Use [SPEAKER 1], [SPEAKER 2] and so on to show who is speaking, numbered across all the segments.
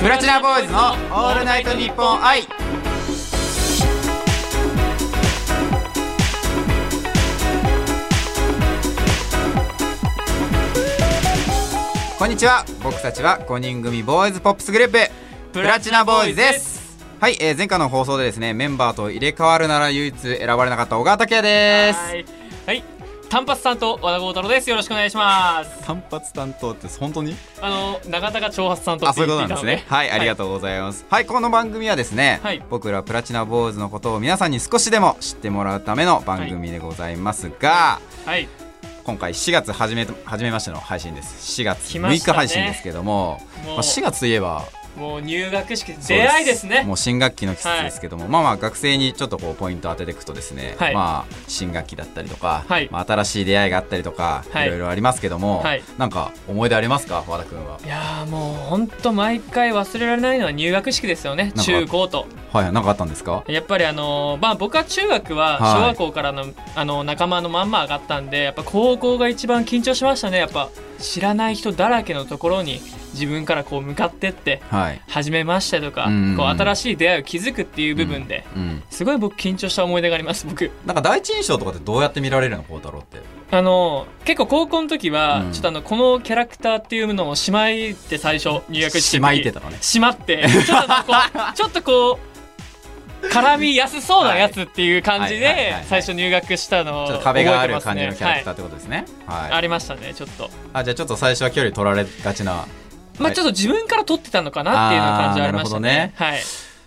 [SPEAKER 1] プラチナボーイズのオールナイトニッポン愛こんにちは僕たちは5人組ボーイズポップスグループプラチナボーイズですはい、えー前回の放送でですねメンバーと入れ替わるなら唯一選ばれなかった小川拓也です
[SPEAKER 2] はいはい単発さんと和田剛太郎ですよろしくお願いします
[SPEAKER 1] 単発担当って本当に
[SPEAKER 2] あの永田が長髪さんと
[SPEAKER 1] あ
[SPEAKER 2] って
[SPEAKER 1] そうい
[SPEAKER 2] 言
[SPEAKER 1] うこ
[SPEAKER 2] っ
[SPEAKER 1] と
[SPEAKER 2] て
[SPEAKER 1] ないんです
[SPEAKER 2] たので
[SPEAKER 1] ねはいありがとうございますはい、この番組はですね、
[SPEAKER 2] はい
[SPEAKER 1] 僕らプラチナボーイズのことを皆さんに少しでも知ってもらうための番組でございますが、
[SPEAKER 2] はい
[SPEAKER 1] 今回4月始め始めましての配信です4月
[SPEAKER 2] 来
[SPEAKER 1] 6
[SPEAKER 2] まし
[SPEAKER 1] 日
[SPEAKER 2] たね
[SPEAKER 1] 配信ですけども
[SPEAKER 2] もう
[SPEAKER 1] まあ、4月といえば
[SPEAKER 2] もう入学式
[SPEAKER 1] そう
[SPEAKER 2] 出会いですね
[SPEAKER 1] もう新学期の季節ですけども、まあまあ学生にちょっとこうポイントを当てていくとですね、
[SPEAKER 2] はい
[SPEAKER 1] まあ新学期だったりとか、
[SPEAKER 2] はい
[SPEAKER 1] まあ、新しい出会いがあったりとか、
[SPEAKER 2] はい
[SPEAKER 1] いろいろありますけども、
[SPEAKER 2] はい
[SPEAKER 1] なんか思い出ありますか和田君は。
[SPEAKER 2] いやーもうほんと毎回忘れられないのは入学式ですよね
[SPEAKER 1] か
[SPEAKER 2] 中高と
[SPEAKER 1] はいなんかあったんですか
[SPEAKER 2] やっぱりあのーまあ僕は中学は
[SPEAKER 1] はい
[SPEAKER 2] 小学校からの,、あの仲間のまんま上がったんでやっぱ高校が一番緊張しましたねやっぱ知らない人だらけのところに自分からこう向かってって
[SPEAKER 1] はい、
[SPEAKER 2] 初めましてとか、
[SPEAKER 1] うん
[SPEAKER 2] こう新しい出会いを築くっていう部分で、
[SPEAKER 1] うん、
[SPEAKER 2] すごい僕緊張した思い出があります僕
[SPEAKER 1] なんか第一印象とかってどうやって見られるの孝太郎って
[SPEAKER 2] あの結構高校の時は、
[SPEAKER 1] うん
[SPEAKER 2] ちょっとあのこのキャラクターっていうのをしまいって最初入学式
[SPEAKER 1] しまいてたのね
[SPEAKER 2] しまってちょっとあの こうちょっとこう絡みやすそうなやつっていう感じ
[SPEAKER 1] はいはいはい
[SPEAKER 2] で
[SPEAKER 1] はい
[SPEAKER 2] 最初入学したのを
[SPEAKER 1] ちょっと
[SPEAKER 2] 覚
[SPEAKER 1] 壁
[SPEAKER 2] えて
[SPEAKER 1] があ
[SPEAKER 2] ま
[SPEAKER 1] る
[SPEAKER 2] す
[SPEAKER 1] 感じの
[SPEAKER 2] ね
[SPEAKER 1] キャ
[SPEAKER 2] は
[SPEAKER 1] ラク
[SPEAKER 2] い
[SPEAKER 1] ターってことですねはい、
[SPEAKER 2] ありましたねちょっと
[SPEAKER 1] あじゃあちょっと最初は距離取られがちな
[SPEAKER 2] ま
[SPEAKER 1] は
[SPEAKER 2] あ
[SPEAKER 1] い
[SPEAKER 2] ちょっと自分から取ってたのかなっていうような感じはありましたねはい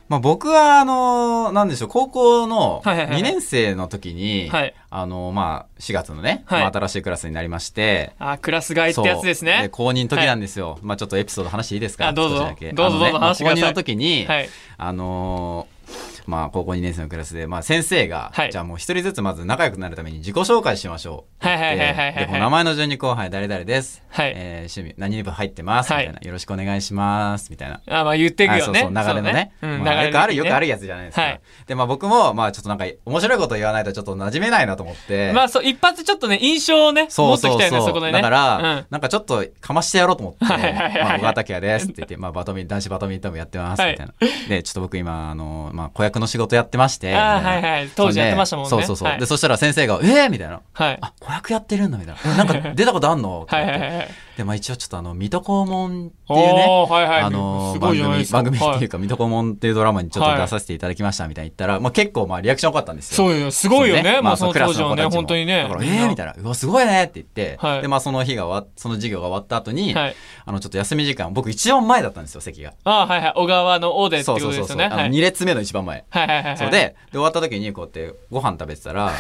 [SPEAKER 1] まあ、僕はあのなんでしょう高校の
[SPEAKER 2] はいはいはい
[SPEAKER 1] 2年生の時に、
[SPEAKER 2] はい
[SPEAKER 1] あのまあ、4月のね、
[SPEAKER 2] はい
[SPEAKER 1] まあ新しいクラスになりまして。
[SPEAKER 2] あクラス替えってやつです
[SPEAKER 1] そう
[SPEAKER 2] ね
[SPEAKER 1] 公認の時なんですよ、まあちょっとエピソード話していいですか
[SPEAKER 2] あどうぞ
[SPEAKER 1] 少しだけ
[SPEAKER 2] どうぞ
[SPEAKER 1] あのね
[SPEAKER 2] どうぞ話してくだ
[SPEAKER 1] まあ公認
[SPEAKER 2] さい
[SPEAKER 1] の時に、
[SPEAKER 2] はい
[SPEAKER 1] あのーまあ高校2年生のクラスで、まあ、先生が、
[SPEAKER 2] はい
[SPEAKER 1] じゃあもう一人ずつまず仲良くなるために自己紹介しましょう
[SPEAKER 2] はいはいはいはい
[SPEAKER 1] で
[SPEAKER 2] は
[SPEAKER 1] で
[SPEAKER 2] い
[SPEAKER 1] こう名前の順に後輩誰々です、
[SPEAKER 2] はい
[SPEAKER 1] えー趣味何部入ってます、
[SPEAKER 2] はい
[SPEAKER 1] みたいなよろしくお願いしますみたいな
[SPEAKER 2] あまあ言っていく
[SPEAKER 1] あ
[SPEAKER 2] よね
[SPEAKER 1] そうそう流れのね。
[SPEAKER 2] そう
[SPEAKER 1] ま
[SPEAKER 2] う
[SPEAKER 1] あ
[SPEAKER 2] ん流れのね
[SPEAKER 1] よくある、よくあるやつじゃないですか。
[SPEAKER 2] はい
[SPEAKER 1] で、まあ僕も、まあちょっとなんか、面白いこと言わないとちょっと馴染めないなと思って。
[SPEAKER 2] まあそう一発ちょっとね印象をね
[SPEAKER 1] そうそう
[SPEAKER 2] 持っときたいね
[SPEAKER 1] そ
[SPEAKER 2] そうこでね
[SPEAKER 1] だから、
[SPEAKER 2] うん
[SPEAKER 1] なんかちょっとかましてやろうと思って、
[SPEAKER 2] はいはいはいはい
[SPEAKER 1] まあ、小型家ですって言って、まあ、バドミン、男子バドミントンもやってます、
[SPEAKER 2] はい
[SPEAKER 1] みたいな。で、ちょっと僕今、あの、まあ、子役の仕事やってまして、
[SPEAKER 2] あー
[SPEAKER 1] みたな
[SPEAKER 2] はいはい当時やってましたもんね
[SPEAKER 1] そうそうそう。
[SPEAKER 2] はい
[SPEAKER 1] で、そしたら先生が、えーみたいな。
[SPEAKER 2] はい
[SPEAKER 1] あ、子役やってるんだ、みたいな。なんか出たことあんの
[SPEAKER 2] はい
[SPEAKER 1] と思
[SPEAKER 2] はい
[SPEAKER 1] って
[SPEAKER 2] はいはい
[SPEAKER 1] で、まあ一応ちょっとあの、水戸黄門っていうね、
[SPEAKER 2] おーはいはい
[SPEAKER 1] あの
[SPEAKER 2] すご
[SPEAKER 1] 番
[SPEAKER 2] いじゃない
[SPEAKER 1] 組
[SPEAKER 2] ですか
[SPEAKER 1] 番組っていう
[SPEAKER 2] は
[SPEAKER 1] か「水戸黄門」っていうドラマにちょっと
[SPEAKER 2] はい
[SPEAKER 1] 出させていただきましたみたいに言ったら、まあ、結構まあリアクション良かったんですよ。
[SPEAKER 2] そうよすごいよね
[SPEAKER 1] ま
[SPEAKER 2] も
[SPEAKER 1] あ
[SPEAKER 2] うその
[SPEAKER 1] クラ
[SPEAKER 2] 当
[SPEAKER 1] ス
[SPEAKER 2] 時
[SPEAKER 1] の子
[SPEAKER 2] はね
[SPEAKER 1] たちも
[SPEAKER 2] 本当にね
[SPEAKER 1] だからえーみたいな「うわすごいね」って言って、
[SPEAKER 2] はい
[SPEAKER 1] でまあ、その日が終わその授業が終わった後に、
[SPEAKER 2] はい
[SPEAKER 1] あのちょっと休み時間僕一番前だったんですよ席が。
[SPEAKER 2] あーはいはい小川の王でってこ
[SPEAKER 1] そうそう
[SPEAKER 2] とで
[SPEAKER 1] そう
[SPEAKER 2] す
[SPEAKER 1] そ
[SPEAKER 2] よ
[SPEAKER 1] う、
[SPEAKER 2] ね
[SPEAKER 1] あの
[SPEAKER 2] はい
[SPEAKER 1] 2列目の一番前。
[SPEAKER 2] はいはいはいはい
[SPEAKER 1] そうでで終わった時にこうやってご飯食べてたら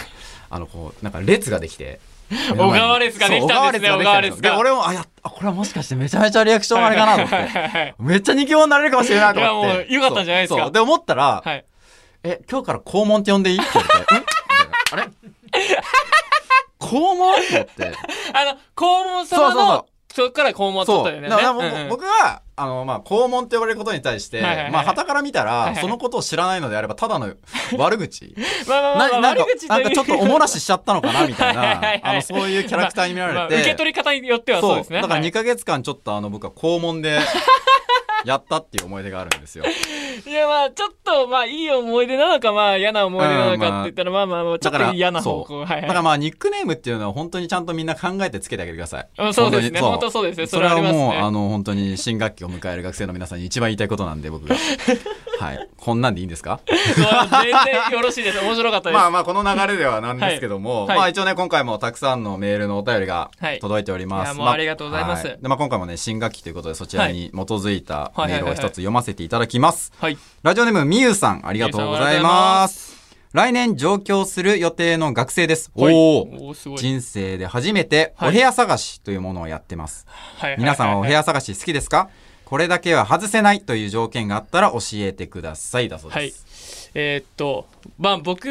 [SPEAKER 1] あのこうなんか列ができて目の前に
[SPEAKER 2] 小川列ができたんですね
[SPEAKER 1] そう小川列ができたんですよ
[SPEAKER 2] 小川列が
[SPEAKER 1] で俺もあやっあこれはもしかしてめちゃめちゃリアクションあれかなと思って
[SPEAKER 2] て
[SPEAKER 1] めっちゃ人気者になれるかもしれないと思って。
[SPEAKER 2] いやもう良かったんじゃないですか
[SPEAKER 1] そうそうで、思ったら、
[SPEAKER 2] はい
[SPEAKER 1] え、今日から肛門って呼んでいいって言われて、んみたいな。あれ肛門って思って。
[SPEAKER 2] あの肛
[SPEAKER 1] そ
[SPEAKER 2] 門様
[SPEAKER 1] うそうそう
[SPEAKER 2] のそこから肛門を取
[SPEAKER 1] そ
[SPEAKER 2] った
[SPEAKER 1] う。
[SPEAKER 2] よね
[SPEAKER 1] だからもう
[SPEAKER 2] うんうん
[SPEAKER 1] 僕は、あの、まあ、肛門って呼ばれることに対して、
[SPEAKER 2] はいはいはい
[SPEAKER 1] まあ、旗から見たら、
[SPEAKER 2] いはい
[SPEAKER 1] そのことを知らないのであれば、ただの悪口。
[SPEAKER 2] まあまあまあま
[SPEAKER 1] なな
[SPEAKER 2] あ
[SPEAKER 1] んか
[SPEAKER 2] 悪口、と
[SPEAKER 1] な
[SPEAKER 2] いうか
[SPEAKER 1] んかちょっとおもらししちゃったのかな、みたい
[SPEAKER 2] はいはいは
[SPEAKER 1] な、
[SPEAKER 2] い
[SPEAKER 1] あの、そういうキャラクターに見られて。
[SPEAKER 2] まあ 受け取り方によってはそうですね
[SPEAKER 1] だから
[SPEAKER 2] はい
[SPEAKER 1] 2ヶ月間ちょっとあの、僕は肛門で、やったっていう思い出があるんですよ。
[SPEAKER 2] いやまあちょっとまあいい思い出なのかまあ嫌な思い出なのかって言ったらまあまあまあちょっと嫌な方
[SPEAKER 1] そう
[SPEAKER 2] 向はい
[SPEAKER 1] だ
[SPEAKER 2] はい
[SPEAKER 1] からまあニックネームっていうのは本当にちゃんとみんな考えてつけてあげてください。
[SPEAKER 2] うんそうです
[SPEAKER 1] に
[SPEAKER 2] ね本当そうですね
[SPEAKER 1] そ
[SPEAKER 2] そ
[SPEAKER 1] れ
[SPEAKER 2] れはあ
[SPEAKER 1] は
[SPEAKER 2] りますね
[SPEAKER 1] もうあの本当に新学期を迎える学生の皆さんに一番言いたいことなんで 僕が。はい。こんなんでいいんですか？
[SPEAKER 2] そう全然よろしいです面白かったです
[SPEAKER 1] まあまあこの流れではなんですけども、
[SPEAKER 2] はいはい
[SPEAKER 1] まあ一応ね今回もたくさんのメールのお便りが
[SPEAKER 2] はい
[SPEAKER 1] 届いております。
[SPEAKER 2] いやもうありがとうございます
[SPEAKER 1] はでまあ今回もね新学期ということでそちらに基づいたメ
[SPEAKER 2] は
[SPEAKER 1] ールを
[SPEAKER 2] いはいはいはい
[SPEAKER 1] 一つ読ませていただきます。
[SPEAKER 2] はい
[SPEAKER 1] ラジオネームみゆさんありがとうございます。来年上京する予定の学生です。
[SPEAKER 2] はい
[SPEAKER 1] おー
[SPEAKER 2] おーすごい
[SPEAKER 1] 人生で初めてお
[SPEAKER 2] はい
[SPEAKER 1] 部屋探しというものをやってます、
[SPEAKER 2] はいはいはいはい
[SPEAKER 1] 皆さんはお部屋探し好きですかこれだけは外せないという条件があったら教えてくださいだそう
[SPEAKER 2] はい
[SPEAKER 1] です、。
[SPEAKER 2] えーっと、まあ僕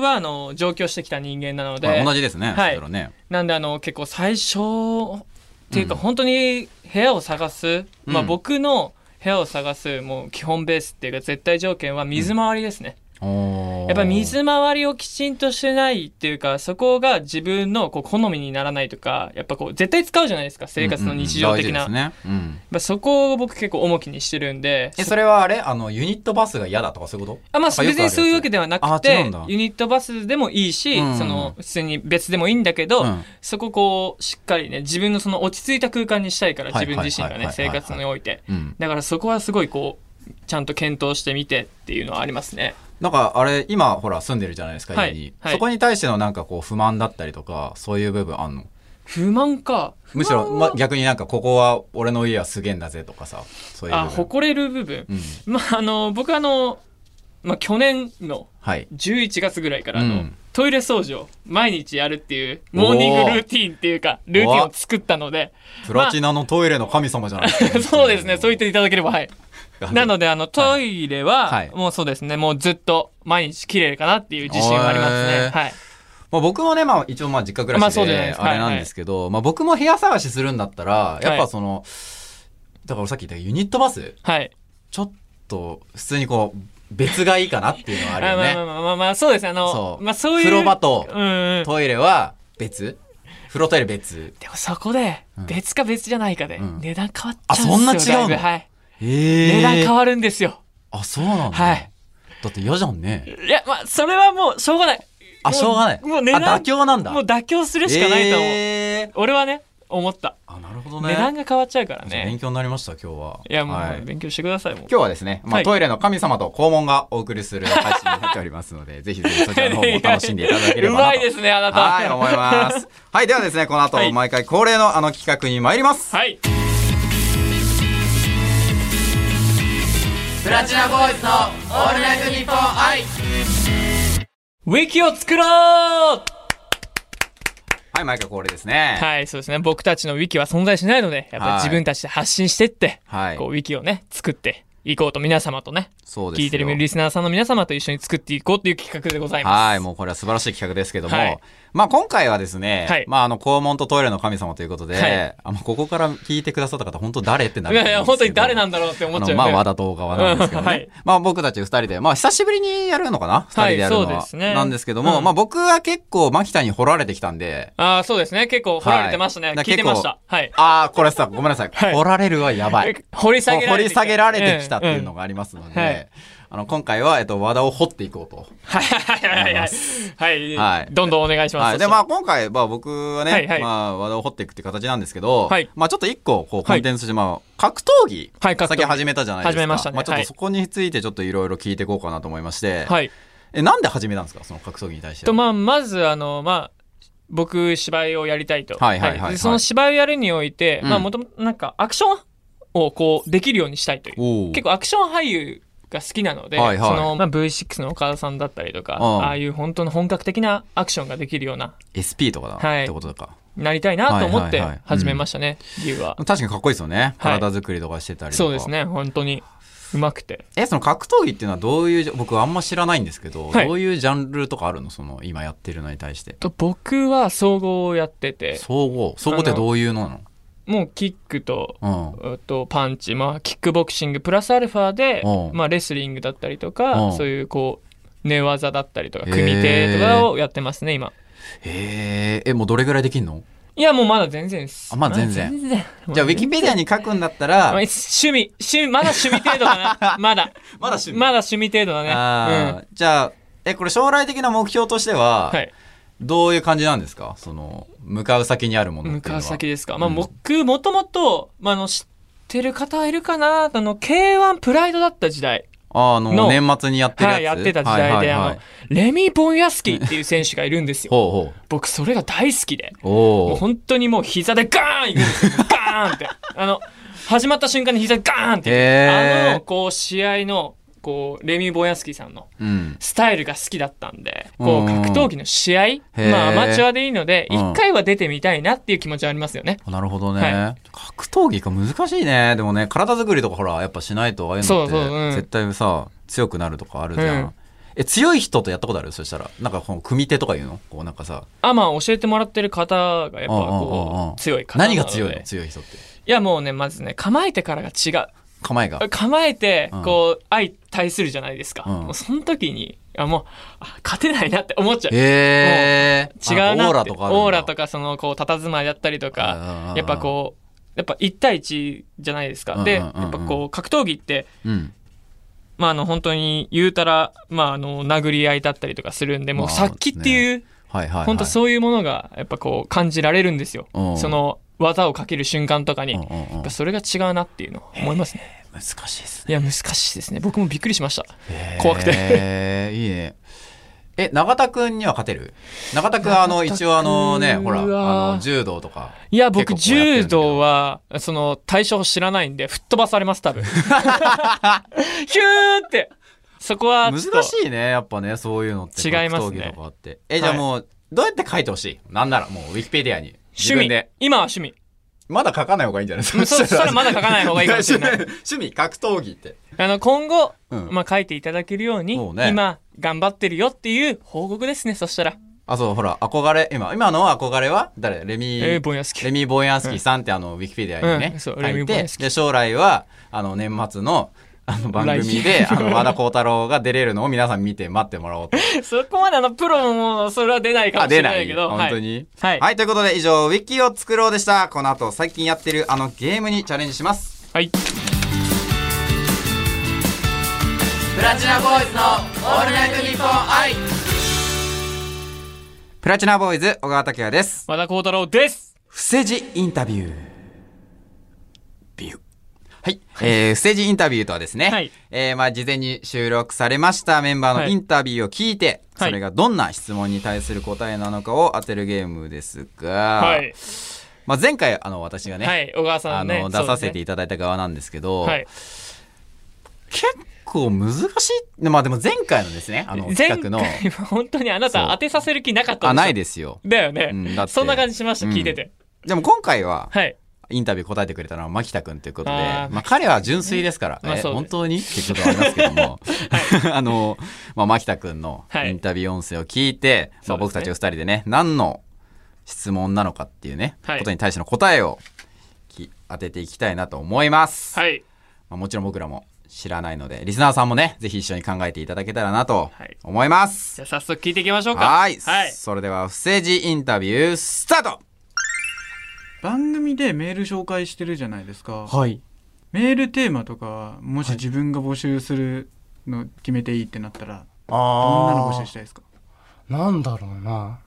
[SPEAKER 2] は、あの、上京してきた人間なので、
[SPEAKER 1] まあ同じですね、
[SPEAKER 2] はい
[SPEAKER 1] それはね
[SPEAKER 2] なんで、あの、結構最初、っていうか、本当に部屋を探す、まあ
[SPEAKER 1] うん
[SPEAKER 2] 僕の部屋を探す、もう基本ベースっていうか、絶対条件は水回りですね。や
[SPEAKER 1] や
[SPEAKER 2] っぱり水回りをきちんとしてないっていうかそこが自分のこう好みにならないとかやっぱこう絶対使うじゃないですか生活の日常的な、
[SPEAKER 1] うんうんうん大事ですねうん
[SPEAKER 2] まあ、そこを僕結構重きにしてるんで
[SPEAKER 1] えそれはあれあのユニットバスが嫌だとかそういうこと
[SPEAKER 2] あまあ、
[SPEAKER 1] よく
[SPEAKER 2] 別にそういうわけではなく
[SPEAKER 1] あ違う
[SPEAKER 2] て
[SPEAKER 1] んだ
[SPEAKER 2] ユニットバスでもいいし、
[SPEAKER 1] うん
[SPEAKER 2] その普通に別でもいいんだけど、
[SPEAKER 1] うん
[SPEAKER 2] そこをこうしっかりね自分のその落ち着いた空間にしたいから
[SPEAKER 1] はい
[SPEAKER 2] 自分自身がね
[SPEAKER 1] はいはいはい
[SPEAKER 2] 生
[SPEAKER 1] はい
[SPEAKER 2] 活において
[SPEAKER 1] うん
[SPEAKER 2] だからそこはすごいこうちゃんと検討してみてっていうのはありますね
[SPEAKER 1] なんかあれ今ほら住んでるじゃないですか
[SPEAKER 2] は
[SPEAKER 1] 家
[SPEAKER 2] い
[SPEAKER 1] に、
[SPEAKER 2] はい
[SPEAKER 1] そこに対してのなんかこう不満だったりとかそういう部分あんの
[SPEAKER 2] 不満か
[SPEAKER 1] むしろ、ま、逆になんかここは俺の家はすげえんだぜとかさそういう部
[SPEAKER 2] あ
[SPEAKER 1] 分
[SPEAKER 2] 誇れる部分、
[SPEAKER 1] うん
[SPEAKER 2] まああの僕あの、まあ、去年の
[SPEAKER 1] はい
[SPEAKER 2] 11月ぐらいからあの、
[SPEAKER 1] うん
[SPEAKER 2] トイレ掃除を毎日やるっていうモーニングルーティーンっていうかルーティーンを作ったので
[SPEAKER 1] プラチナのトイレの神様じゃないですか、
[SPEAKER 2] そうですね、そう言っていただければ、はい。なので、あの、トイレは、
[SPEAKER 1] はい
[SPEAKER 2] もうそうですね、もうずっと毎日綺麗かなっていう自信はあります
[SPEAKER 1] へー。
[SPEAKER 2] ねはい。
[SPEAKER 1] まあ、僕もね、まあ、一応まあ実家暮
[SPEAKER 2] ま
[SPEAKER 1] ら
[SPEAKER 2] あ
[SPEAKER 1] し
[SPEAKER 2] そうじゃない
[SPEAKER 1] で
[SPEAKER 2] ですか
[SPEAKER 1] あれなんですけど、まあ、僕も部屋探しするんだったらやっ
[SPEAKER 2] は
[SPEAKER 1] ぱ
[SPEAKER 2] い
[SPEAKER 1] その、だからさっき言ったユニットバス
[SPEAKER 2] はい。
[SPEAKER 1] ちょっと普通にこう別がいいかなっていうのはあるよ
[SPEAKER 2] まあ
[SPEAKER 1] ね。
[SPEAKER 2] まあまあまあまあ、そうですね、あの、
[SPEAKER 1] そう
[SPEAKER 2] まあそういう。
[SPEAKER 1] 風呂場と
[SPEAKER 2] うんうん。
[SPEAKER 1] トイレは別風呂トイレ別
[SPEAKER 2] でもそこで
[SPEAKER 1] うん、
[SPEAKER 2] 別か別じゃないかで、
[SPEAKER 1] うん
[SPEAKER 2] 値段変わっちゃうん
[SPEAKER 1] あ
[SPEAKER 2] です
[SPEAKER 1] そ
[SPEAKER 2] よ。
[SPEAKER 1] んな違うの
[SPEAKER 2] だいぶはい。
[SPEAKER 1] え
[SPEAKER 2] 値段変
[SPEAKER 1] わ
[SPEAKER 2] わるんですよ。
[SPEAKER 1] あそうなんだ、
[SPEAKER 2] はい
[SPEAKER 1] だって嫌じゃんね
[SPEAKER 2] いや、まあ、それはもう、しょうがない。
[SPEAKER 1] あ
[SPEAKER 2] も
[SPEAKER 1] しょうがない
[SPEAKER 2] もう値段
[SPEAKER 1] あ妥協なんだ
[SPEAKER 2] もう
[SPEAKER 1] う
[SPEAKER 2] 妥協するしかないと思う。
[SPEAKER 1] えー
[SPEAKER 2] 俺はね、思った。
[SPEAKER 1] あなるほどね
[SPEAKER 2] 値段が変わっちゃうから
[SPEAKER 1] 勉
[SPEAKER 2] ね。
[SPEAKER 1] 強になりました今日はい
[SPEAKER 2] や、も
[SPEAKER 1] は
[SPEAKER 2] う、勉強してください、もう。
[SPEAKER 1] 今日はですね、まあ
[SPEAKER 2] はい
[SPEAKER 1] トイレの神様と肛門がお送りする配信になっておりますの で、ぜひぜひそちらの方も楽しんでいただければ
[SPEAKER 2] う
[SPEAKER 1] な
[SPEAKER 2] ま
[SPEAKER 1] と。
[SPEAKER 2] いですね、あなた。
[SPEAKER 1] はい、思います。はい、ではですね、この後、
[SPEAKER 2] はい
[SPEAKER 1] 毎回恒例のあの企画に参ります。
[SPEAKER 2] はい。
[SPEAKER 1] プラチナボーイズのオールナイトニッポン愛。
[SPEAKER 2] ウィキを作ろう
[SPEAKER 1] はい、毎回恒例ですね。
[SPEAKER 2] はい、そうですね。僕たちのウィキは存在しないので、やっ
[SPEAKER 1] はい
[SPEAKER 2] ぱり自分たちで発信してって、
[SPEAKER 1] はい
[SPEAKER 2] こう、ウィキをね、作っていこうと皆様とね、
[SPEAKER 1] そうですよ
[SPEAKER 2] 聞いてるリスナーさんの皆様と一緒に作っていこうという企画でございます。
[SPEAKER 1] はい、もうこれは素晴らしい企画ですけども、
[SPEAKER 2] はい
[SPEAKER 1] まあ今回はですね、
[SPEAKER 2] はい
[SPEAKER 1] まああの、肛門とトイレの神様ということで、
[SPEAKER 2] はい
[SPEAKER 1] あまあここから聞いてくださった方、本当誰ってなる
[SPEAKER 2] い
[SPEAKER 1] と
[SPEAKER 2] やい
[SPEAKER 1] 思うんですけど
[SPEAKER 2] や、 本当に誰なんだろうって思っちゃう
[SPEAKER 1] あ
[SPEAKER 2] よ
[SPEAKER 1] の
[SPEAKER 2] ね。
[SPEAKER 1] まあ、和田と小川なんですけどね。
[SPEAKER 2] うんはい
[SPEAKER 1] まあ、僕たち二人で、まあ、久しぶりにやるのかな二人
[SPEAKER 2] はい
[SPEAKER 1] でやるのは。
[SPEAKER 2] そうですね
[SPEAKER 1] なんですけども、
[SPEAKER 2] うん
[SPEAKER 1] まあ、僕は結構、牧田に掘られてきたんで、
[SPEAKER 2] ああ、そうですね。結構掘られてましたね。
[SPEAKER 1] はいだから
[SPEAKER 2] 聞いてました。はい。
[SPEAKER 1] ああ、これさ、ごめんなさい。
[SPEAKER 2] はい
[SPEAKER 1] 掘られるはやばい。
[SPEAKER 2] 掘り下げら
[SPEAKER 1] 掘
[SPEAKER 2] れ
[SPEAKER 1] り
[SPEAKER 2] てきた。
[SPEAKER 1] 下げられてきたっていうの
[SPEAKER 2] が。
[SPEAKER 1] がありますので、
[SPEAKER 2] うんはい
[SPEAKER 1] あの、今回は、えっと、和田を掘っていこうと。
[SPEAKER 2] はいはいはいはい。
[SPEAKER 1] は
[SPEAKER 2] はいい。どんどんお願いします。
[SPEAKER 1] はい。で、まあ、今回、まあ、僕はね、
[SPEAKER 2] はいはい
[SPEAKER 1] まあ、和田を掘っていくって形なんですけど、
[SPEAKER 2] はい
[SPEAKER 1] まあ、ちょっと一個、こう、コンテンツとして、まあ、格闘技、
[SPEAKER 2] はい格闘技
[SPEAKER 1] 先始めたじゃないですか。
[SPEAKER 2] 始めましたね
[SPEAKER 1] あ、ちょっ
[SPEAKER 2] は
[SPEAKER 1] と
[SPEAKER 2] い
[SPEAKER 1] そこについて、ちょっといろいろ聞いていこうかなと思いまして、
[SPEAKER 2] はい。
[SPEAKER 1] え、なんで始めたんですかその格闘技に対して
[SPEAKER 2] と
[SPEAKER 1] は。
[SPEAKER 2] まあまずあのまあ僕芝居をやりたいと、
[SPEAKER 1] はいはいはいはい
[SPEAKER 2] でその芝居をやるにおいて、
[SPEAKER 1] うん
[SPEAKER 2] まあもともとなんかアクションをこうできるようにしたいという
[SPEAKER 1] おお
[SPEAKER 2] 結構アクション俳優が好きなので、
[SPEAKER 1] はいはい
[SPEAKER 2] そのまあ、V6 の岡田さんだったりとか、
[SPEAKER 1] うん
[SPEAKER 2] ああいう本当の本格的なアクションができるような
[SPEAKER 1] SP とかだ、
[SPEAKER 2] はい
[SPEAKER 1] ってことか
[SPEAKER 2] なりたいなと思っ
[SPEAKER 1] はい
[SPEAKER 2] て
[SPEAKER 1] はいはい
[SPEAKER 2] 始めましたね、理由は、
[SPEAKER 1] 確かにかっこいいですよね
[SPEAKER 2] はい
[SPEAKER 1] 体作りとかしてたりとか、
[SPEAKER 2] そうですね本当にうまくて
[SPEAKER 1] えその格闘技っていうのはどういう僕あんま知らないんですけど、
[SPEAKER 2] はい
[SPEAKER 1] どういうジャンルとかあるのその今やってるのに対して
[SPEAKER 2] と僕は総合をやってて
[SPEAKER 1] 総合総合ってどういうのな
[SPEAKER 2] もうキックと
[SPEAKER 1] のうん
[SPEAKER 2] えっとパンチ、まあ、キックボクシングプラスアルファで
[SPEAKER 1] うん、
[SPEAKER 2] まあ、レスリングだったりと
[SPEAKER 1] う
[SPEAKER 2] か
[SPEAKER 1] ん
[SPEAKER 2] そういうこう寝技だったりとか
[SPEAKER 1] へー
[SPEAKER 2] 組み手とかをやってますね今
[SPEAKER 1] へーえもうどれぐらいできんの
[SPEAKER 2] いやもうまだ全然です
[SPEAKER 1] あまだ全然
[SPEAKER 2] ま全然
[SPEAKER 1] じゃあウィキペディアに書くんだったら
[SPEAKER 2] まあ
[SPEAKER 1] ま
[SPEAKER 2] 趣味趣味まだ趣味程度 だなまだ
[SPEAKER 1] だ趣味
[SPEAKER 2] まだ趣味程度だ
[SPEAKER 1] あ
[SPEAKER 2] ね
[SPEAKER 1] ー、じゃあえこれ将来的な目標として
[SPEAKER 2] うん
[SPEAKER 1] は、
[SPEAKER 2] はい
[SPEAKER 1] どういう感じなんですかその向かう先にあるものっ
[SPEAKER 2] 向
[SPEAKER 1] ていうの
[SPEAKER 2] か
[SPEAKER 1] は
[SPEAKER 2] う先ですか、まあ、
[SPEAKER 1] うん
[SPEAKER 2] 僕もともと、まあ、あの知ってる方いるかなあの k 1プライドだった時代
[SPEAKER 1] あーあの
[SPEAKER 2] の
[SPEAKER 1] 年末にやってるやつ、
[SPEAKER 2] はい、やってた時代で、
[SPEAKER 1] はいはいはい
[SPEAKER 2] あのレミー・ボンヤスキーっていう選手がいるんですよ
[SPEAKER 1] ほうほう
[SPEAKER 2] 僕それが大好きで
[SPEAKER 1] お
[SPEAKER 2] もう
[SPEAKER 1] お。
[SPEAKER 2] 本当にもう膝でガーン行くんですよ ガーンってあの始まった瞬間に膝でガーンって行く、
[SPEAKER 1] へー
[SPEAKER 2] あのこう試合のこうレミー・ボヤスキーさんの
[SPEAKER 1] うん。
[SPEAKER 2] スタイルが好きだったんでこ
[SPEAKER 1] うん
[SPEAKER 2] う格闘技の試合、
[SPEAKER 1] ー
[SPEAKER 2] まあ、アマチュアでいいので
[SPEAKER 1] うん
[SPEAKER 2] 一回は出てみたいなっていう気持ちはありますよね、
[SPEAKER 1] なるほどね、
[SPEAKER 2] は
[SPEAKER 1] 格闘技か難しいね。でもね、体作りとかほら、やっぱしないと、ああいうのって、
[SPEAKER 2] そうそううん
[SPEAKER 1] 絶対さ、強くなるとかあるじゃん。
[SPEAKER 2] うん
[SPEAKER 1] え、強い人とやったことあるそしたら。なんかこの組手とか言うのこうなんかさ、
[SPEAKER 2] あまあ教えてもらってる方がやっぱ
[SPEAKER 1] うんうんうんう
[SPEAKER 2] こ
[SPEAKER 1] ん
[SPEAKER 2] う強い方なの
[SPEAKER 1] 何
[SPEAKER 2] で
[SPEAKER 1] が強いの
[SPEAKER 2] い
[SPEAKER 1] 強い人って。
[SPEAKER 2] やもうねまずね構えてからが違う
[SPEAKER 1] 構えが。
[SPEAKER 2] 構えて
[SPEAKER 1] うん
[SPEAKER 2] こう相対するじゃないですか、
[SPEAKER 1] うん
[SPEAKER 2] もうその時にやもうあ勝てないなって思っちゃう
[SPEAKER 1] えー、
[SPEAKER 2] 違うなって
[SPEAKER 3] オーラとかあるんだ
[SPEAKER 2] オーラとかそのこう佇まいだったりと
[SPEAKER 3] うんうんうんう
[SPEAKER 2] か
[SPEAKER 3] ん
[SPEAKER 2] やっぱこうやっぱ1対1じゃないですかで
[SPEAKER 3] うんうん
[SPEAKER 2] や
[SPEAKER 3] うんうん
[SPEAKER 2] っぱこう格闘技って
[SPEAKER 1] うん。
[SPEAKER 2] まああの本当に言うたらまああの殴り合いだったりとかするんでもう
[SPEAKER 3] まあ
[SPEAKER 2] 殺気っていう
[SPEAKER 3] はいはい、はい。
[SPEAKER 2] 本当そういうものがやっぱこう感じられるんですよ
[SPEAKER 3] うん
[SPEAKER 2] その技をかける瞬間とかに
[SPEAKER 3] うん
[SPEAKER 2] や
[SPEAKER 3] うんうん
[SPEAKER 2] っぱそれが違うなっていうのを思いますね
[SPEAKER 3] 難しいです
[SPEAKER 2] いや難しいですね僕もびっくりしました
[SPEAKER 3] ね。
[SPEAKER 2] 怖くて
[SPEAKER 3] えー、いいね。
[SPEAKER 1] え、永田くんには勝てる永田くん、あの、
[SPEAKER 2] 永田くん
[SPEAKER 1] 一応あのね、ほら、あ
[SPEAKER 2] は
[SPEAKER 1] の、柔道とか。
[SPEAKER 2] いや僕
[SPEAKER 1] 結構こうやってるんだけ
[SPEAKER 2] 柔
[SPEAKER 1] ど
[SPEAKER 2] 道はその対処法知らないんで吹っ飛ばされま す多分ヒューってそこは
[SPEAKER 1] 難
[SPEAKER 2] ちょっと
[SPEAKER 1] しいね、やっぱね、そういうのって。
[SPEAKER 2] 違いますね
[SPEAKER 1] 格闘技とかあって。え、じゃあもう、どうやって書いてほしいなんなら、もう、ウィキペディアに。自
[SPEAKER 2] 趣
[SPEAKER 1] 分
[SPEAKER 2] 味
[SPEAKER 1] で。
[SPEAKER 2] 今は 趣味
[SPEAKER 1] まだ書かない方がいいんじゃないです
[SPEAKER 2] うんそしたらまだ書かない方がいいか もしれない
[SPEAKER 1] 趣味、格闘技って。
[SPEAKER 2] あの今後、
[SPEAKER 1] うん
[SPEAKER 2] まあ、書いていただけるように
[SPEAKER 1] そうね
[SPEAKER 2] 今頑張ってるよっていう報告ですねそした ら
[SPEAKER 1] あ、そう、ほら、憧れ、今、今の憧れは、誰レミ
[SPEAKER 2] えー、ボンヤスキ
[SPEAKER 1] レミー・ボーヤンスキーさんってあの、ウィキペディアにね、
[SPEAKER 2] うん
[SPEAKER 1] 書
[SPEAKER 2] そうレミ
[SPEAKER 1] い
[SPEAKER 2] ーボー
[SPEAKER 1] て
[SPEAKER 2] ヤンス、キー
[SPEAKER 1] で、将来は、あの、年末の、あの、番組で、
[SPEAKER 2] 来
[SPEAKER 1] あの、和田幸太郎が出れるのを皆さん見て待ってもらおう と。
[SPEAKER 2] そこまであのプロもそれは出ないか
[SPEAKER 1] あ、
[SPEAKER 2] もし
[SPEAKER 1] 出
[SPEAKER 2] れ
[SPEAKER 1] な
[SPEAKER 2] ない
[SPEAKER 1] い
[SPEAKER 2] けど
[SPEAKER 1] 本当に、
[SPEAKER 2] はい、はい
[SPEAKER 1] はい、ということで以上、ウィキを作ろうでした。この後、最近やってるあのゲームにチャレンジします。
[SPEAKER 2] はい
[SPEAKER 1] プラチナボーイズのオールナイトニッポン愛プラチナボーイズ、小川拓也です。
[SPEAKER 2] 和田幸太郎です
[SPEAKER 1] 不正字インタビュー。ビュー。はい。えー、不正字インタビューとはですね、
[SPEAKER 2] はい
[SPEAKER 1] えー、まあ、事前に収録されましたメンバーの
[SPEAKER 2] はい
[SPEAKER 1] インタビューを聞いて、
[SPEAKER 2] は
[SPEAKER 1] そ
[SPEAKER 2] い
[SPEAKER 1] れがどんな質問に対する答えなのかを当てるゲームですが、
[SPEAKER 2] はい、
[SPEAKER 1] まあ、前回、あの、私がね、
[SPEAKER 2] はい、小川さ
[SPEAKER 1] あ
[SPEAKER 2] んね
[SPEAKER 1] の、出させて
[SPEAKER 2] い
[SPEAKER 1] いただいた側なんですけど、
[SPEAKER 2] はい
[SPEAKER 1] 結構難しい。まあ、でも前回のですね、あの、
[SPEAKER 2] 前
[SPEAKER 1] 企画
[SPEAKER 2] 回
[SPEAKER 1] の、
[SPEAKER 2] は本当にあなた
[SPEAKER 1] そう
[SPEAKER 2] 当てさせる気なかったでしょ
[SPEAKER 1] あ、ないですよ。
[SPEAKER 2] だよね、
[SPEAKER 1] うんだって
[SPEAKER 2] そんな感じしました、
[SPEAKER 1] うん
[SPEAKER 2] 聞いてて
[SPEAKER 1] でも今回は、
[SPEAKER 2] はい
[SPEAKER 1] インタビュー答えてくれたのは牧田君ということで、
[SPEAKER 2] あー
[SPEAKER 1] まあ、彼は純粋ですから、
[SPEAKER 2] まあ
[SPEAKER 1] え
[SPEAKER 2] そうです
[SPEAKER 1] 本当にってことはありますけども、 あの、まあ、牧田君の
[SPEAKER 2] はい
[SPEAKER 1] インタビュー音声を聞いて、ま
[SPEAKER 2] そ
[SPEAKER 1] あ、
[SPEAKER 2] うですね
[SPEAKER 1] 僕たちお二人でね、何の質問なのかっていうね、
[SPEAKER 2] はい
[SPEAKER 1] ことに対しての答えをき当てていきたいなと思います、
[SPEAKER 2] はい
[SPEAKER 1] まあ。もちろん僕らも知らないので、リスナーさんもね、ぜひ一緒に考えていただけたらなと
[SPEAKER 2] はい
[SPEAKER 1] 思います。
[SPEAKER 2] じゃあ早速聞いていきましょうか
[SPEAKER 1] はい
[SPEAKER 2] はい
[SPEAKER 1] それでは、不正字インタビュースタート
[SPEAKER 4] 番組でメール紹介してるじゃないですか、
[SPEAKER 3] はい。
[SPEAKER 4] メールテーマとかはもし自分が募集するの決めていいってなったらどんなの募集したいですか
[SPEAKER 5] なんだろうな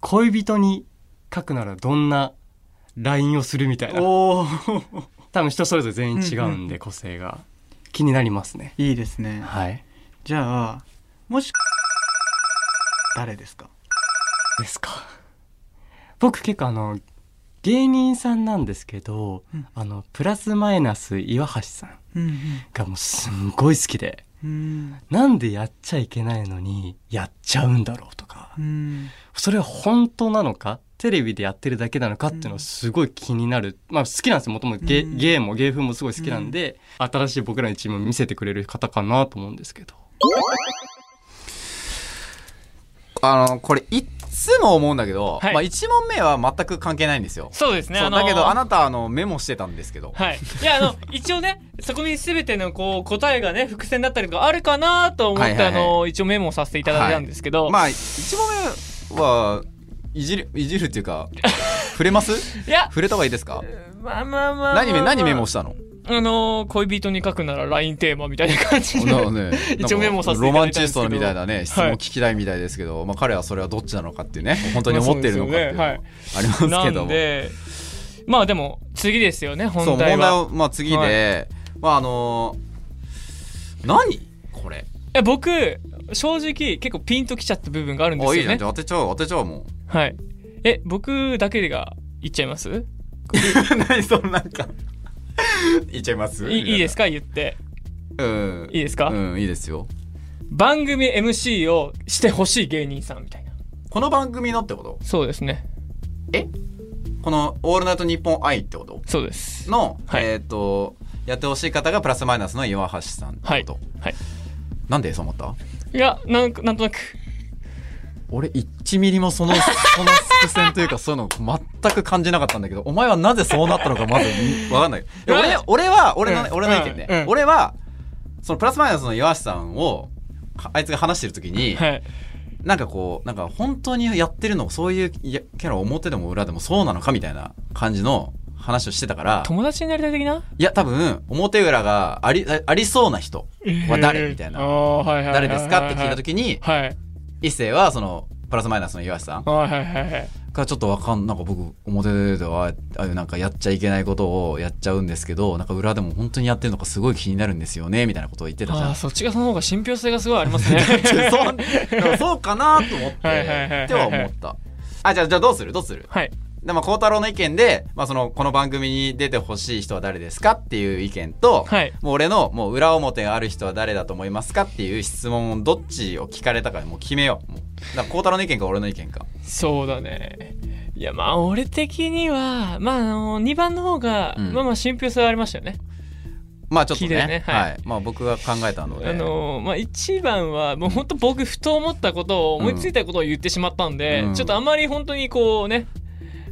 [SPEAKER 5] 恋人に書くならどんな LINE をするみたいな
[SPEAKER 4] おお
[SPEAKER 5] 多分人それぞれ全員違
[SPEAKER 4] うん
[SPEAKER 5] うん
[SPEAKER 4] うん
[SPEAKER 5] で個性が気になりますね
[SPEAKER 4] いいですね
[SPEAKER 5] はい
[SPEAKER 4] じゃあもし誰ですか
[SPEAKER 5] ですか僕結構あの芸人さんなんですけど、
[SPEAKER 4] うん
[SPEAKER 5] あのプラスマイナス岩橋さん
[SPEAKER 4] うん
[SPEAKER 5] がもうすんごい好きで
[SPEAKER 4] うん
[SPEAKER 5] なんでやっちゃいけないのにやっちゃうんだろうとか
[SPEAKER 4] うん
[SPEAKER 5] それは本当なのかテレビでやってるだけなのかっていうのはすごい気になる、まあ好きなんですよもともとゲ,、
[SPEAKER 4] うん
[SPEAKER 5] ゲーも芸風もすごい好きなんで、新しい僕らのチームを見せてくれる方かなと思うんですけど
[SPEAKER 1] あの、これ、いっつも思うんだけど、
[SPEAKER 2] はい
[SPEAKER 1] まあ、1問目は全く関係ないんですよ。
[SPEAKER 2] そうですね
[SPEAKER 1] そう
[SPEAKER 2] あのー
[SPEAKER 1] だけど、あなた、あの、メモしてたんですけど。
[SPEAKER 2] はい。いや、あの、 一応ね、そこに全てのこう、答えがね、伏線だったりとかあるかなと思っ
[SPEAKER 1] は
[SPEAKER 2] て、
[SPEAKER 1] いはいはい
[SPEAKER 2] あの、一応メモさせていただいたんですけど、
[SPEAKER 1] まあ、1問目は、いじる、いじるっていう か、触れます
[SPEAKER 2] いや、
[SPEAKER 1] 触れた方がいいですか
[SPEAKER 2] まあまあまあまあ
[SPEAKER 1] 何め、何メモしたの
[SPEAKER 2] あの、恋人に書くなら LINE テーマみたいな 感じで。
[SPEAKER 1] な ね
[SPEAKER 2] 一応メモさせて
[SPEAKER 1] ロ
[SPEAKER 2] いただ
[SPEAKER 1] マン
[SPEAKER 2] いたん
[SPEAKER 1] チ
[SPEAKER 2] で
[SPEAKER 1] ス
[SPEAKER 2] すけど
[SPEAKER 1] トみたいなね、質問聞きたいみたいですけど、まあ、彼はそれはどっちなのかっていうね、本当に思ってるのかっていうのも
[SPEAKER 2] まあ
[SPEAKER 1] あ
[SPEAKER 2] そう
[SPEAKER 1] りますけども。
[SPEAKER 2] なんで、まあでも、次ですよね、本
[SPEAKER 1] そう、問
[SPEAKER 2] 題
[SPEAKER 1] 題
[SPEAKER 2] は。
[SPEAKER 1] を、まあ、次で、まあ、あのー何これ。
[SPEAKER 2] え僕、正直、結構ピンときちゃった部分があるんです
[SPEAKER 1] あ、いい
[SPEAKER 2] よ
[SPEAKER 1] じゃん。
[SPEAKER 2] ね
[SPEAKER 1] じ。ゃあ当てちゃおう、当てちゃおう、もう。
[SPEAKER 2] はい。え、僕だけが言っちゃいます
[SPEAKER 1] 何そのなんか言っちゃいます
[SPEAKER 2] いいいです
[SPEAKER 1] か
[SPEAKER 2] か言って。
[SPEAKER 1] うん
[SPEAKER 2] いいですか
[SPEAKER 1] うんいいですよ
[SPEAKER 2] 番組 MC をしてほしい芸人さんみたいな
[SPEAKER 1] この番組のってこと
[SPEAKER 2] そうですね
[SPEAKER 1] この「オールナイトニッポン愛」ってこと
[SPEAKER 2] そうです
[SPEAKER 1] の、
[SPEAKER 2] はい
[SPEAKER 1] えっ、とやってほしい方がプラスマイナスの岩橋さんってこと、
[SPEAKER 2] はいはい
[SPEAKER 1] なんでそう思った
[SPEAKER 2] いやなんかなんとなく
[SPEAKER 1] 俺1ミリもその その伏線というかそういうの全く感じなかったんだけどお前はなぜそうなったのかまず分かんないいや俺俺は俺の、
[SPEAKER 2] うん
[SPEAKER 1] 俺の意見ね、
[SPEAKER 2] うんうん
[SPEAKER 1] 俺はそのプラスマイナスの岩橋さんをはあいつが話してる時に、
[SPEAKER 2] はい。
[SPEAKER 1] なんかこうなんか本当にやってるのそういういやキャラ表でも裏でもそうなのかみたいな感じの話をしてたから
[SPEAKER 2] 友達になりたい的ない
[SPEAKER 1] や多分表裏がありあありそうな人は誰みたい
[SPEAKER 2] あ
[SPEAKER 1] な
[SPEAKER 2] あ、はいはいはいはい
[SPEAKER 1] 誰ですかって聞いた時に
[SPEAKER 2] はい。はい
[SPEAKER 1] 一星はそのプラスマイナスの岩橋さん
[SPEAKER 2] はいはいはい。
[SPEAKER 1] がちょっとわかんなんか僕表ではああいうなんかやっちゃいけないことをやっちゃうんですけどなんか裏でも本当にやってるのかすごい気になるんですよねみたいなことを言ってたじゃ
[SPEAKER 2] あ
[SPEAKER 1] ん
[SPEAKER 2] あ、。そっちがその方が信憑性がすごいありますね。
[SPEAKER 1] そうでもそうかなと思っ
[SPEAKER 2] はいはいはいはいは
[SPEAKER 1] て
[SPEAKER 2] い
[SPEAKER 1] っては思ったあじゃあじゃあどうするどうする
[SPEAKER 2] はい。
[SPEAKER 1] でまあ孝太郎の意見で、まあ、そのこの番組に出てほしい人は誰ですかっていう意見と、
[SPEAKER 2] はい
[SPEAKER 1] もう俺のもう裏表がある人は誰だと思いますかっていう質問をどっちを聞かれたかもう決めようもうだから孝太郎の意見か俺の意見か
[SPEAKER 2] そうだね。いや、まあ、俺的には、まあ、あの、2番の方が、
[SPEAKER 1] うん
[SPEAKER 2] まあまあ、信憑性はありましたよね。
[SPEAKER 1] まあちょっと
[SPEAKER 2] 聞い
[SPEAKER 1] ね
[SPEAKER 2] てね
[SPEAKER 1] はい
[SPEAKER 2] はい
[SPEAKER 1] まあ、僕が考えたので
[SPEAKER 2] あのまあ、1番はもう本当僕ふと思ったことを思いついたことを言ってしまったんで、
[SPEAKER 1] うん
[SPEAKER 2] ちょっとあまり本当にこうね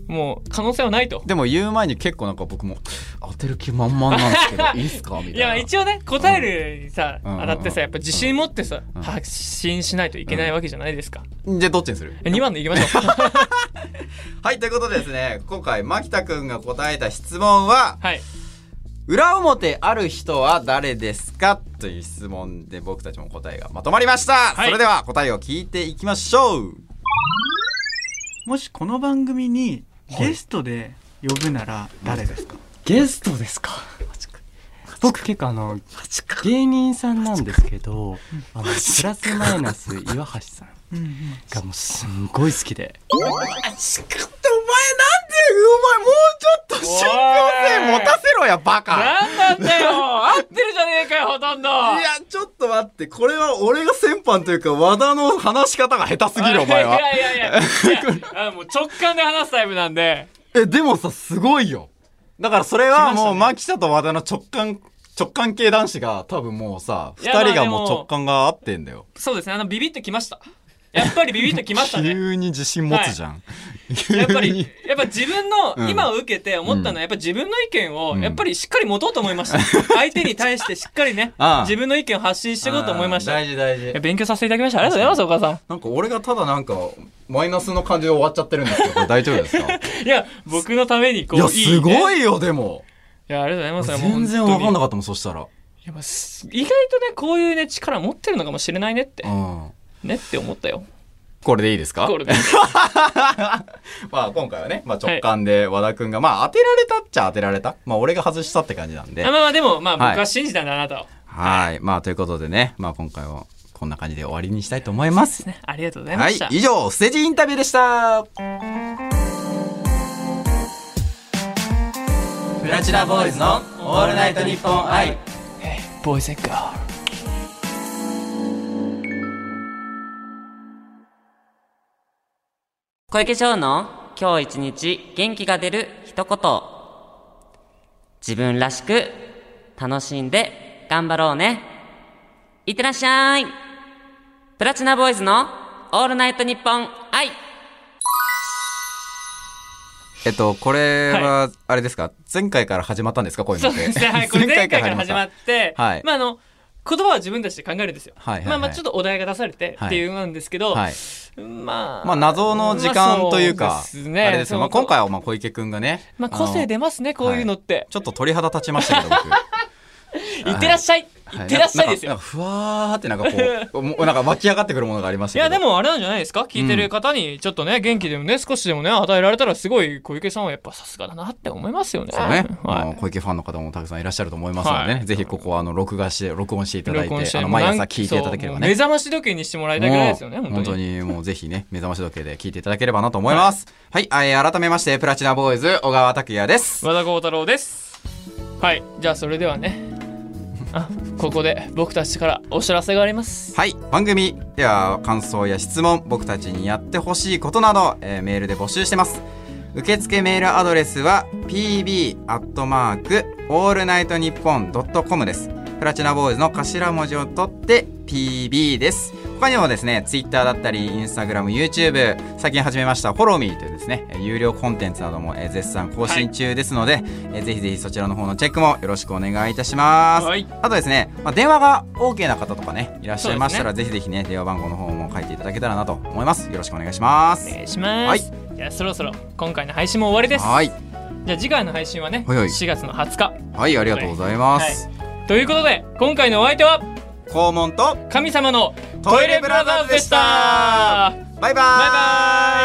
[SPEAKER 2] もう可能性はないと
[SPEAKER 1] でも言う前に結構なんか僕も当てる気満々なんですけどいいっすかみたいない
[SPEAKER 2] や一応ね答えるにさ、
[SPEAKER 1] うん
[SPEAKER 2] 当たっ
[SPEAKER 1] う
[SPEAKER 2] て
[SPEAKER 1] ん
[SPEAKER 2] さやっぱ自信持ってさ、
[SPEAKER 1] うん
[SPEAKER 2] 発信しないといけないわけじゃないですか、
[SPEAKER 1] じゃあどっちにする
[SPEAKER 2] 2番でいき ましょう
[SPEAKER 1] はい、ということでですね、今回、牧田くんが答えた質問は、
[SPEAKER 2] はい
[SPEAKER 1] 裏表ある人は誰ですかという質問で僕たちも答えがまとまりました、
[SPEAKER 2] い
[SPEAKER 1] それでは答えを聞いていきましょう
[SPEAKER 4] もしこの番組にゲストで呼ぶなら誰ですか、
[SPEAKER 5] ゲストですか僕結構あの芸人さんなんですけどあのプラスマイナス岩橋さん
[SPEAKER 4] うんうん
[SPEAKER 5] がもうすんごい好きで
[SPEAKER 1] お前なんでお前もうちょっと信憑性持たせろや、バカ
[SPEAKER 2] 何なんだよ合ってるじゃねえかよほとんど。
[SPEAKER 1] いや、ちょっと待って、これは俺が先般というか、和田の話し方が下手すぎる、お前はい
[SPEAKER 2] やいやい やいやあもう直感で話すタイプなんで
[SPEAKER 1] え、でもさ、すごいよ。だからそれはもう、
[SPEAKER 2] 来ま
[SPEAKER 1] 牧田と和田の直感、直感系男子が多分もうさ、
[SPEAKER 2] い
[SPEAKER 1] 二
[SPEAKER 2] やまあ
[SPEAKER 1] 人がもう
[SPEAKER 2] でも
[SPEAKER 1] 直感が合ってんだよ。
[SPEAKER 2] そうですねあのビビッときましたやっぱりビビッときましたね
[SPEAKER 1] 急に自信持つじゃん。
[SPEAKER 2] やっぱ
[SPEAKER 1] 急に
[SPEAKER 2] り、やっぱ自分
[SPEAKER 1] うん
[SPEAKER 2] の、今を受けて思ったのは、やっぱ自分の意見を、やっぱりしっかり持とうと思いました。 相手に対してしっかりね
[SPEAKER 1] ああ、
[SPEAKER 2] 自分の意見を発信していこうと思いました。
[SPEAKER 1] あー
[SPEAKER 2] い
[SPEAKER 1] 大事大事
[SPEAKER 2] や。勉強させていただきました。ありがとうございます、お母
[SPEAKER 1] なんか俺がただなんか、マイナスの感じで終わっちゃってるんですけ ど、これ大丈夫ですか
[SPEAKER 2] さん。いや、僕のために、こ、
[SPEAKER 1] いうや、
[SPEAKER 2] ね
[SPEAKER 1] すごいよ、でも。
[SPEAKER 2] いや、ありがとうございます。
[SPEAKER 1] 全然わかんな
[SPEAKER 2] っ
[SPEAKER 1] かったもん、そしたら。
[SPEAKER 2] た。やっぱす意外とね、こういうね、力持ってるのかもしれないねって
[SPEAKER 1] う、ん。
[SPEAKER 2] ねって思ったよ。
[SPEAKER 1] これでいいですか
[SPEAKER 2] ゴールで。
[SPEAKER 1] まあ今回はね、まあ直感で和田くんが、まあ当てられたっちゃ当てられた。まあ俺が外したって感じなんで
[SPEAKER 2] あ。まあまあ、でも、まあ僕
[SPEAKER 1] はい
[SPEAKER 2] は信じたんだ、あなたを。
[SPEAKER 1] はい。まあということでね、まあ今回はこんな感じで終わりにしたいと思います。
[SPEAKER 2] ねありがとうございま
[SPEAKER 1] は
[SPEAKER 2] し
[SPEAKER 1] い
[SPEAKER 2] た。。
[SPEAKER 1] 以上、ステージインタビューでした。プラチナボーイズのオールナイトニッポン愛。
[SPEAKER 2] ボーイズガール
[SPEAKER 6] 小池翔の今日一日元気が出る一言。自分らしく楽しんで頑張ろうね。いってらっしゃい。プラチナボーイズのオールナイトニッポン愛。
[SPEAKER 1] えっと、これは、あれですか、前回から始まったんですかこういうのっ
[SPEAKER 2] そう
[SPEAKER 1] て
[SPEAKER 2] ですね。はい。これ前回から始ま
[SPEAKER 1] っ。
[SPEAKER 2] ったて、
[SPEAKER 1] はい
[SPEAKER 2] まあ、あの、言葉は自分たちで考えるんですよ。
[SPEAKER 1] はいはいはい
[SPEAKER 2] まあまあ、ちょっとお題が出されて
[SPEAKER 1] はい
[SPEAKER 2] っていうのなんですけど、
[SPEAKER 1] はい。
[SPEAKER 2] まあ、
[SPEAKER 1] まあ、謎の時間という
[SPEAKER 2] まあ
[SPEAKER 1] か、
[SPEAKER 2] そうですね。
[SPEAKER 1] あれですね。まあ、
[SPEAKER 2] その
[SPEAKER 1] 今回は、まあ、小池くんがね。
[SPEAKER 2] まあ、個性
[SPEAKER 1] で。
[SPEAKER 2] 出ますね、こういうのって。
[SPEAKER 1] ちょっと鳥肌立ちましたけ ど、僕。
[SPEAKER 2] いってらっしゃいいってらっしゃいです
[SPEAKER 1] は
[SPEAKER 2] よ。
[SPEAKER 1] なんかなんかふわーってなんかこう、もうなんか湧き上がってくるものがありまし
[SPEAKER 2] い
[SPEAKER 1] たけ
[SPEAKER 2] や、
[SPEAKER 1] ど。
[SPEAKER 2] でもあれなんじゃないですか聞いてる方に、ちょっとね、元気でもね、少しでもね、与えられたら、すごい小池さんはやっぱさすがだなって思いますよね。
[SPEAKER 1] そうね、あの
[SPEAKER 2] は
[SPEAKER 1] 小池ファンの方もたくさんいらっしゃると思いますのでね、
[SPEAKER 2] はい
[SPEAKER 1] ぜひここはあの録画して録音してい
[SPEAKER 2] い。
[SPEAKER 1] ただい
[SPEAKER 2] 録音
[SPEAKER 1] て
[SPEAKER 2] して、
[SPEAKER 1] あの
[SPEAKER 2] もう
[SPEAKER 1] 毎
[SPEAKER 2] なん
[SPEAKER 1] 朝聞いていただければ
[SPEAKER 2] そうもう目
[SPEAKER 1] ね。
[SPEAKER 2] 覚まし時計にしてもらいたいぐらいですよね、
[SPEAKER 1] もう
[SPEAKER 2] 本当に。
[SPEAKER 1] もうぜひね目覚まし時計で聞いていただければなと思います。はい、えー改めましてプラチナボーイズ小川拓也です。
[SPEAKER 2] 和田幸太郎ですはいじゃあそれで はねあここで僕たちからお知らせがあります
[SPEAKER 1] はい番組では感想や質問僕たちにやってほしいことなど、えーメールで募集してます受付メールアドレスは pb アットマークオールナイトニッポンドットコムですプラチナボーイズの頭文字を取って pb です他にもですね、Twitter だったり、Instagram、YouTube、最近始めました、フォローミーというですね、えー有料コンテンツなどもえー絶賛更新中ですので、えーぜひぜひそちらの方のチェックもよろしくお願いいたします。
[SPEAKER 2] はい
[SPEAKER 1] あとですね、まあ、電話が OK な方とかね、いらっしゃいましたら、
[SPEAKER 2] そ
[SPEAKER 1] ぜひぜひね、電話番号の方も書いていただけたらなと思います。よろしくお願いします。
[SPEAKER 2] お願いします、じゃあそろそろ今回の配信も終わりです
[SPEAKER 1] はい。
[SPEAKER 2] じゃあ次回の配信はね、
[SPEAKER 1] はいはい
[SPEAKER 2] 4月の20日
[SPEAKER 1] はい、ありがとうございます。
[SPEAKER 2] ということで今回のお相手は
[SPEAKER 1] 肛門と
[SPEAKER 2] 神様の
[SPEAKER 1] トイレブラザーズでしたバイバーイ
[SPEAKER 2] バイバ